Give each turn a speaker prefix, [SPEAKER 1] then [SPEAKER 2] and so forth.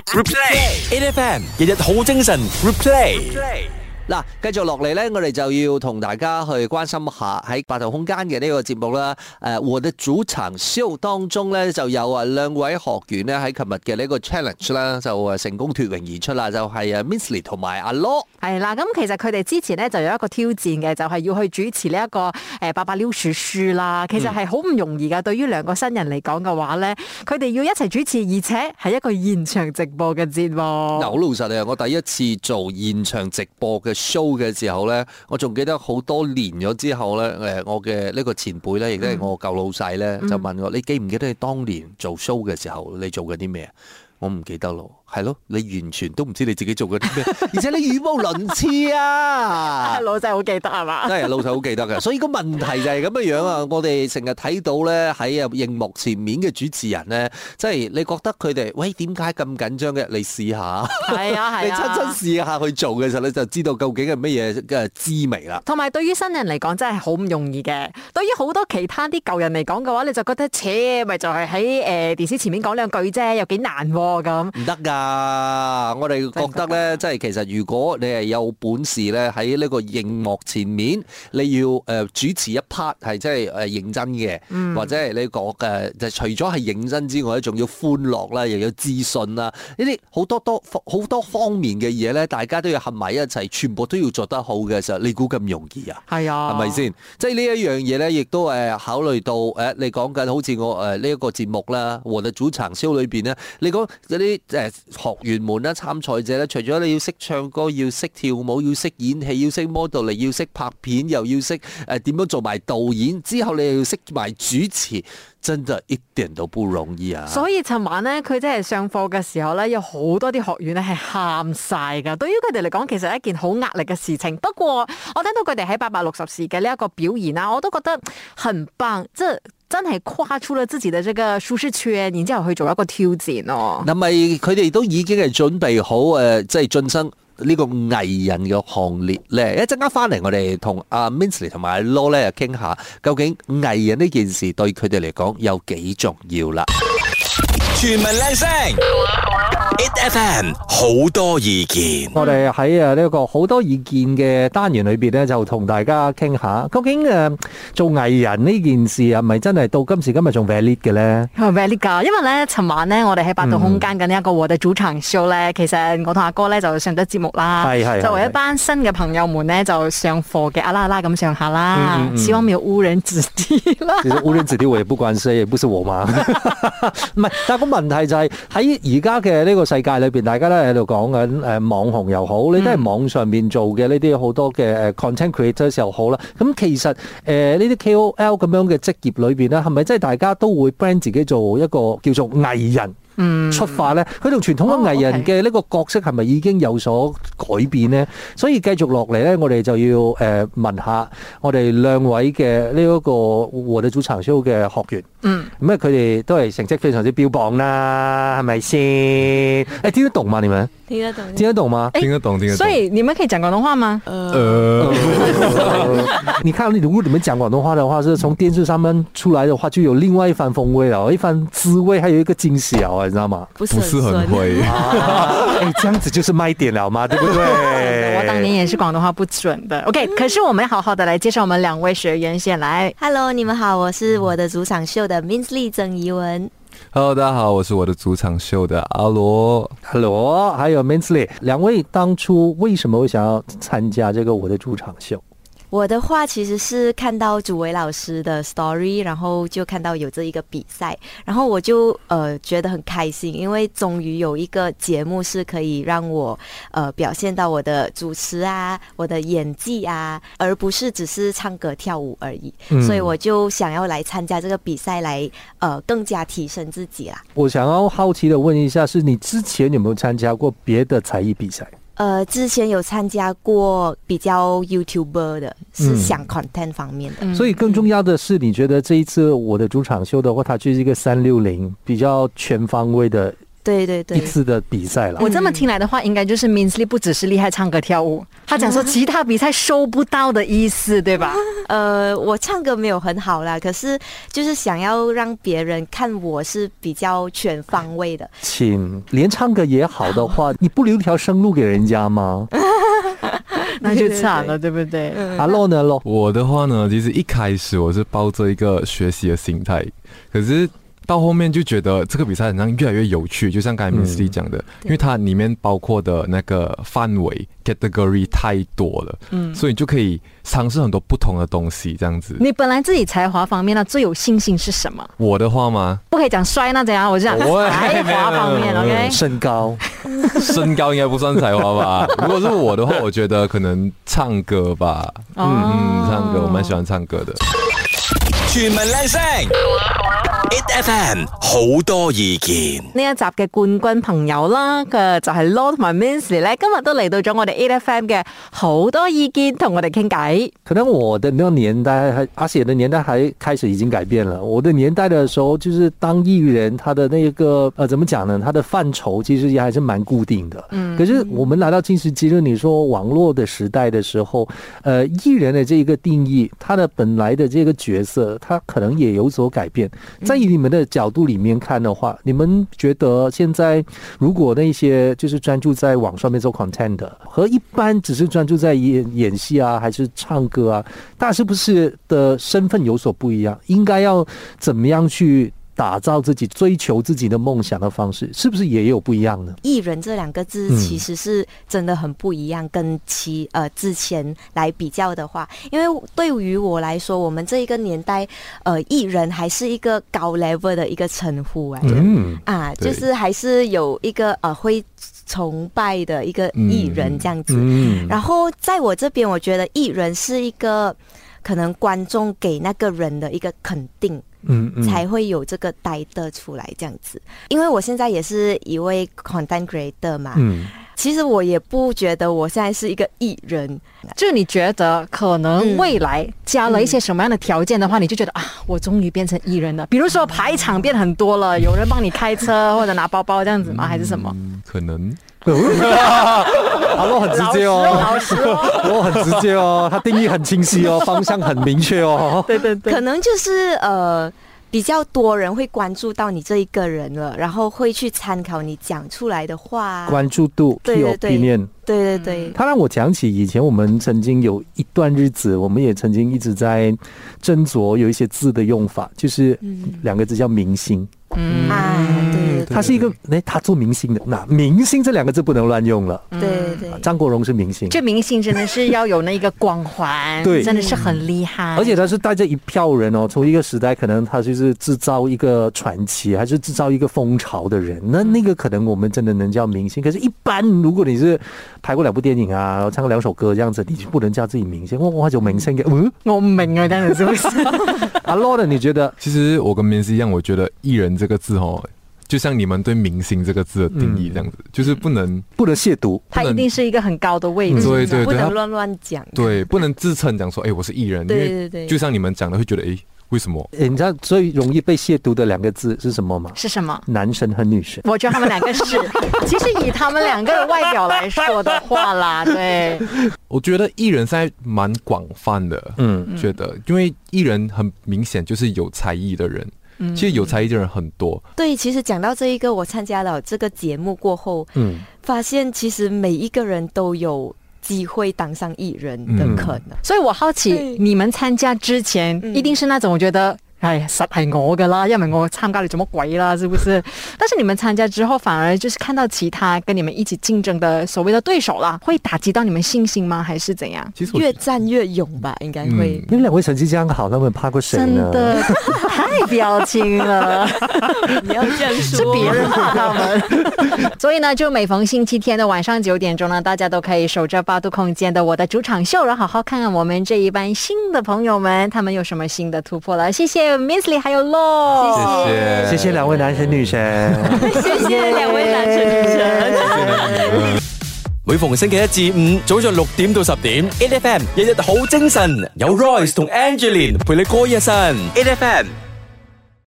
[SPEAKER 1] Replay A F M 日日好精神 Replay。
[SPEAKER 2] 嗱，繼續落嚟咧，我哋就要同大家去關心下喺八度空間嘅呢個節目啦。誒、我的主場 show 當中咧，就有啊兩位學員咧喺琴日嘅呢個 challenge 啦，就誒成功脱穎而出啦，就係誒 Miss Lee 同埋阿 Lo。
[SPEAKER 3] 係啦，咁其實佢哋之前咧就有一個挑戰嘅，就係、要去主持呢、一個誒八百溜樹書啦。其
[SPEAKER 2] 嗯
[SPEAKER 3] 實係好唔容易噶，對於兩個新人嚟講嘅話咧，佢哋要一齊主持，而且係一個現場直播嘅節
[SPEAKER 2] 嗱，
[SPEAKER 3] 目。
[SPEAKER 2] 好老實啊！我第一次做現場直播嘅 show 嘅時候呢，我仲記得好多年咗之後呢，誒，我嘅呢個前輩呢，亦都係我舊老細呢，就問我：你記唔記得你當年做 show 嘅時候，你做緊啲咩？我唔記得咯，係咯，你完全都唔知你自己做緊啲咩，而且你語無倫次啊！
[SPEAKER 3] 老仔好記得 係嘛？
[SPEAKER 2] 真係老細好記得嘅，所以個問題就係咁樣樣啊！我哋成日睇到咧喺啊熒幕前面嘅主持人咧，即係你覺得佢哋喂點解咁緊張嘅？你試下，
[SPEAKER 3] 係啊
[SPEAKER 2] 你
[SPEAKER 3] 係
[SPEAKER 2] 親身
[SPEAKER 3] 啊。
[SPEAKER 2] 試下去做嘅時候，你就知道究竟係乜嘢嘅滋味啦。
[SPEAKER 3] 同埋對於新人嚟講真係好唔容易嘅，對於好多其他啲舊人嚟講嘅話，你就覺得，切咪就係喺誒電視前面講兩句啫，有幾難喎咁。
[SPEAKER 2] 唔得㗎，我哋覺得咧，即係其實如果你係有本事咧，喺呢個熒幕前面，你要誒、呃主持一 part 係即係誒認真嘅，或者係你講誒就除咗係認真之外咧，仲要歡樂啦，又要資訊啦，呢啲好多多好多方面嘅嘢咧，大家都要合埋一齊，全部都要做得好嘅時候，你估咁容易啊？
[SPEAKER 3] 係啊，
[SPEAKER 2] 係咪？先？即係呢一樣嘢咧，亦都誒考慮到誒，你講緊好似我呃誒呢一個節目啦，和你主場燒裏邊咧，你講嗰啲誒學員們啦、參賽者咧，除咗你要識唱歌、要識跳舞、要識演戲、要識 model 嚟、要識拍片，又要識誒點樣做埋導演，之後你又要識埋主持，真係一點都不容易啊！
[SPEAKER 3] 所以尋晚咧，佢真係上課嘅時候咧，有好多啲學員咧係喊晒噶。對於佢哋嚟講，其實係一件好壓力嘅事情。不過我聽到佢哋喺八百六十時嘅呢一個表現啊，我都覺得很棒，即係真係跨出咗自己嘅這個舒適圈，然之後去做一個挑戰哦咯。
[SPEAKER 2] 嗱，咪佢哋都已經係準備好誒、呃即係晉身呢個藝人嘅行列咧。一陣間翻嚟，我哋同阿 Minsley 同埋阿 Lo 咧傾下，究竟藝人呢件事對佢哋嚟講有幾重要啦。
[SPEAKER 1] 全民靚聲，it FM 好多意見。
[SPEAKER 2] 我哋喺誒呢個好多意見嘅單元裏邊咧，就同大家傾下，究竟誒做藝人呢件事係咪真係到今時今日仲 valid 嘅 咧？
[SPEAKER 3] 係咪呢㗎？因為咧，尋晚咧，我哋喺八度空間嘅呢一個我哋主場 show 咧，其實我同阿哥咧就上咗節目啦。
[SPEAKER 2] 係係係
[SPEAKER 3] 作為一班新嘅朋友們咧，就上課嘅阿啦啦咁上下啦，希望沒有污人子弟啊啦。
[SPEAKER 2] 其實無論子弟我也不關心，亦不是我嘛。唔係，但係個問題就係喺而家嘅呢個世界裏邊，大家都喺度講緊誒網紅又好，你都係網上面做嘅呢啲好多嘅誒 content creators 又好啦。咁其實誒呢啲 KOL 咁樣嘅職業裏邊咧，係咪真係大家都會 brand 自己做一個叫做藝人？出發咧，佢同傳統嘅藝人嘅呢個角色係咪已經有所改變呢？所以繼續落嚟呢，我哋就要誒、呃、問下我哋兩位嘅呢一個我哋主場 show 嘅學員，
[SPEAKER 3] 嗯，
[SPEAKER 2] 咁啊佢哋都係成績非常之標榜啦，係咪先？誒、聽得懂嗎？你們
[SPEAKER 4] 听得懂。
[SPEAKER 2] 聽得懂嗎？
[SPEAKER 5] 听得懂，听得
[SPEAKER 3] 所
[SPEAKER 5] 懂。
[SPEAKER 3] 以你们可以講廣東話嗎？
[SPEAKER 5] 呃，
[SPEAKER 2] 你看，如果你們講廣東話的話，是從電視上面出來的話，就有另外一番風味了，一番滋味，還有一個驚喜啊，你知道嗎？
[SPEAKER 4] 不
[SPEAKER 5] 不是很
[SPEAKER 4] 酸。
[SPEAKER 5] 会。
[SPEAKER 2] 哎、這樣子就是賣點了嘛，對不對？
[SPEAKER 3] 我當年也是廣東話不準的。OK，可是我們好好的來介紹我們兩位學員先來。
[SPEAKER 4] Hello，你们好，我是我的主场秀的 Minsley 曾怡文。
[SPEAKER 5] Hello，大家好，我是我的主场秀的阿罗。
[SPEAKER 2] Hello，还有 Mansley，两位当初为什么会想要参加这个我的主场秀？
[SPEAKER 4] 我的话其实是看到主维老师的 story，然后就看到有这一个比赛，然后我就呃觉得很开心，因为终于有一个节目是可以让我呃表现到我的主持啊、我的演技啊，而不是只是唱歌跳舞而已。所以我就想要来参加这个比赛来，呃更加提升自己啦。
[SPEAKER 2] 我想要好奇的问一下，是你之前有没有参加过别的才艺比赛？
[SPEAKER 4] 呃，之前有参加过比较 YouTuber 的，是
[SPEAKER 2] 嗯
[SPEAKER 4] 想 content 方面
[SPEAKER 3] 嗯
[SPEAKER 4] 的。
[SPEAKER 2] 所以更重要的是，你觉得这一次我的主场秀的话，它就是一个三六零比较全方位的
[SPEAKER 4] 对对对
[SPEAKER 2] 一，次的比赛了。
[SPEAKER 3] 嗯我这么听来的话，应该就是 Minsley 不只是厉害唱歌跳舞，他讲说其他比赛收不到的意思，对吧？
[SPEAKER 4] 呃，我唱歌没有很好啦，可是就是想要让别人看我是比较全方位的。
[SPEAKER 2] 请连唱歌也好的话，你不留条生路给人家吗？
[SPEAKER 3] 那就惨了，对不对？嗯
[SPEAKER 2] 阿洛呢？洛，
[SPEAKER 5] 我的话呢，其实一开始我是抱着一个学习的心态，可是到后面就觉得这个比赛好像越来越有趣，就像刚才 Miss Lee
[SPEAKER 3] 嗯
[SPEAKER 5] 讲的，因为它里面包括的那个范围 category 太多了，嗯，所以你就可以尝试很多不同的东西，这样子。
[SPEAKER 3] 你本来自己才华方面呢，最有信心是什么？
[SPEAKER 5] 我的话嘛，
[SPEAKER 3] 不可以讲衰那怎样？我 是讲
[SPEAKER 5] 喂
[SPEAKER 3] 才华方面
[SPEAKER 5] 没有没有没
[SPEAKER 3] ，OK？
[SPEAKER 5] 有
[SPEAKER 2] 身高，
[SPEAKER 5] 身高应该不算才 华吧？如果是我的话，我觉得可能唱歌吧，
[SPEAKER 3] 哦
[SPEAKER 5] 嗯嗯，唱歌，我蛮喜欢唱歌的。
[SPEAKER 1] 全民靚聲，it FM 好多意見。
[SPEAKER 3] 呢一集嘅冠軍朋友啦，嘅就係 Lord 同埋 Minsley 咧，今日都嚟到咗我哋 A F M 嘅好多意見，同我哋傾偈。
[SPEAKER 2] 可能我的那个年代，还阿写的年代还开始已经改变了。我的年代的时候，就是当艺人，他的那个呃，怎么讲呢？他的范畴其实也还是蛮固定的。嗯，可是我们来到今时今日，你说网络的时代的时候，呃，艺人的这一个定义，他的本来的这个角色，他可能也有所改变。在以你们的角度里面看的话，你们觉得现在如果那些就是专注在网上面做 content 的，和一般只是专注在演演戏啊，还是唱歌啊，那是不是的身份有所不一样？应该要怎么样去打造自己、追求自己的梦想的方式，是不是也有不一样呢？
[SPEAKER 4] 艺人这两个字
[SPEAKER 2] 嗯
[SPEAKER 4] 其实是真的很不一样，跟其呃之前来比较的话，因为对于我来说，我们这一个年代，呃，艺人还是一个高 level 的一个称呼来的、
[SPEAKER 2] 嗯，
[SPEAKER 4] 啊，
[SPEAKER 5] 对
[SPEAKER 4] 就是还是有一个呃会崇拜的一个艺人这样子。
[SPEAKER 2] 嗯
[SPEAKER 4] 然后在我这边，我觉得艺人是一个可能观众给那个人的一个肯定。
[SPEAKER 2] 嗯嗯
[SPEAKER 4] 才会有这个呆的出来这样子。因为我现在也是一位 content creator 嘛，
[SPEAKER 2] 嗯
[SPEAKER 4] 其实我也不觉得我现在是一个艺人，
[SPEAKER 3] 就你觉得可能
[SPEAKER 4] 嗯
[SPEAKER 3] 未来加了一些什么样的条件的话，你就觉得啊，我终于变成艺人了。比如说排场变很多了，有人帮你开车或者拿包包这样子吗？还是什么？
[SPEAKER 5] 嗯，可能
[SPEAKER 2] 嗯 阿洛很直接哦，
[SPEAKER 3] 老师哦，老师 哦
[SPEAKER 2] 阿洛很直接哦，他定义很清晰哦，方向很明确哦。
[SPEAKER 3] 对对对
[SPEAKER 4] 可。能就是呃。比较多人会关注到你这一个人了，然后会去参考你讲出来的话。啊
[SPEAKER 2] 关注度、
[SPEAKER 4] 对
[SPEAKER 2] key
[SPEAKER 4] 对对
[SPEAKER 2] opinion，
[SPEAKER 4] 对对对，
[SPEAKER 2] 他让我想起以前我们曾经有一段日子，我们也曾经一直在斟酌有一些字的用法，就是两个字叫明星，
[SPEAKER 5] 嗯
[SPEAKER 4] 啊，对
[SPEAKER 2] 他
[SPEAKER 4] 对
[SPEAKER 2] 是一个哎，他做明星的，那明星这两个字不能乱用了。
[SPEAKER 5] 嗯
[SPEAKER 4] 对对对，
[SPEAKER 2] 张国荣是明星，
[SPEAKER 3] 这明星真的是要有那一个光环，
[SPEAKER 2] 对
[SPEAKER 3] 真的是很厉害，
[SPEAKER 2] 而且他是带着一票人哦，从一个时代可能他就是制造一个传奇，还是制造一个风潮的人。那那个可能我们真的能叫明星，可是，一般如果你是拍过两部电影啊，然后唱过两首歌这样子，你就不能叫自己明星。我我就明星嘅，嗯，
[SPEAKER 3] 我唔明啊，真係是不 是？
[SPEAKER 2] 阿 l o r 你觉得？
[SPEAKER 5] 其实我跟 Miss 一样，我觉得艺人这个字哦，就像你们对明星这个字的定义这样子，就是不能
[SPEAKER 2] 不能亵渎。
[SPEAKER 3] 他一定是一个很高的位
[SPEAKER 2] 嗯
[SPEAKER 3] 置，
[SPEAKER 5] 对对
[SPEAKER 4] 嗯不
[SPEAKER 5] 对，
[SPEAKER 4] 能
[SPEAKER 5] 他
[SPEAKER 4] 乱乱讲。
[SPEAKER 5] 对，不能自称讲说，哎、我是艺人，因
[SPEAKER 4] 对
[SPEAKER 5] 为
[SPEAKER 4] 对对
[SPEAKER 5] 就像你们讲的，会觉得，哎、为什么？
[SPEAKER 2] 诶你知道最容易被亵渎的两个字是什么吗？
[SPEAKER 3] 是什么？
[SPEAKER 2] 男神和女神。
[SPEAKER 3] 我觉得他们两个是，其实以他们两个的外表来说的话啦，对，
[SPEAKER 5] 我觉得艺人现在蛮广泛的，
[SPEAKER 2] 嗯
[SPEAKER 5] 嗯，觉得，因为艺人很明显就是有才艺的人，
[SPEAKER 4] 嗯
[SPEAKER 5] 其实有才艺的人很多，
[SPEAKER 4] 对，其实讲到这一个，我参加了这个节目过后，
[SPEAKER 2] 嗯，
[SPEAKER 4] 发现其实每一个人都有机会当上艺人的可能。
[SPEAKER 5] 嗯
[SPEAKER 3] 所以我好奇
[SPEAKER 4] 对
[SPEAKER 3] 你们参加之前，
[SPEAKER 4] 嗯
[SPEAKER 3] 一定是那种我觉得。哎，实系我噶啦，因为我参加你做乜鬼啦，是不 是？但是你们参加之后，反而就是看到其他跟你们一起竞争的所谓的对手啦，会打击到你们信心吗？还是怎 样？
[SPEAKER 5] 其实我
[SPEAKER 4] 越战越勇吧，应该会。
[SPEAKER 5] 嗯
[SPEAKER 2] 你们两位成绩这样好，那么怕过谁
[SPEAKER 3] 真
[SPEAKER 2] 呢？
[SPEAKER 3] 的太标清 了。
[SPEAKER 4] 你要这样 说，
[SPEAKER 3] 别人怕他们。所以呢，就每逢星期天的晚上九点钟呢，大家都可以守着八度空间的我的主场秀，然后好好看看我们这一班新的朋友们，他们有什么新的突破了。谢谢 Miss Lee 还有 Lo，
[SPEAKER 4] 谢
[SPEAKER 2] 谢
[SPEAKER 4] 谢
[SPEAKER 2] 谢两位男神女 神。
[SPEAKER 4] 谢谢两位男神女神。
[SPEAKER 1] 每逢星期一至五早上六點到十點，8FM 日日好精神，有 Royce 同 Angeline 陪你過一晨，8FM。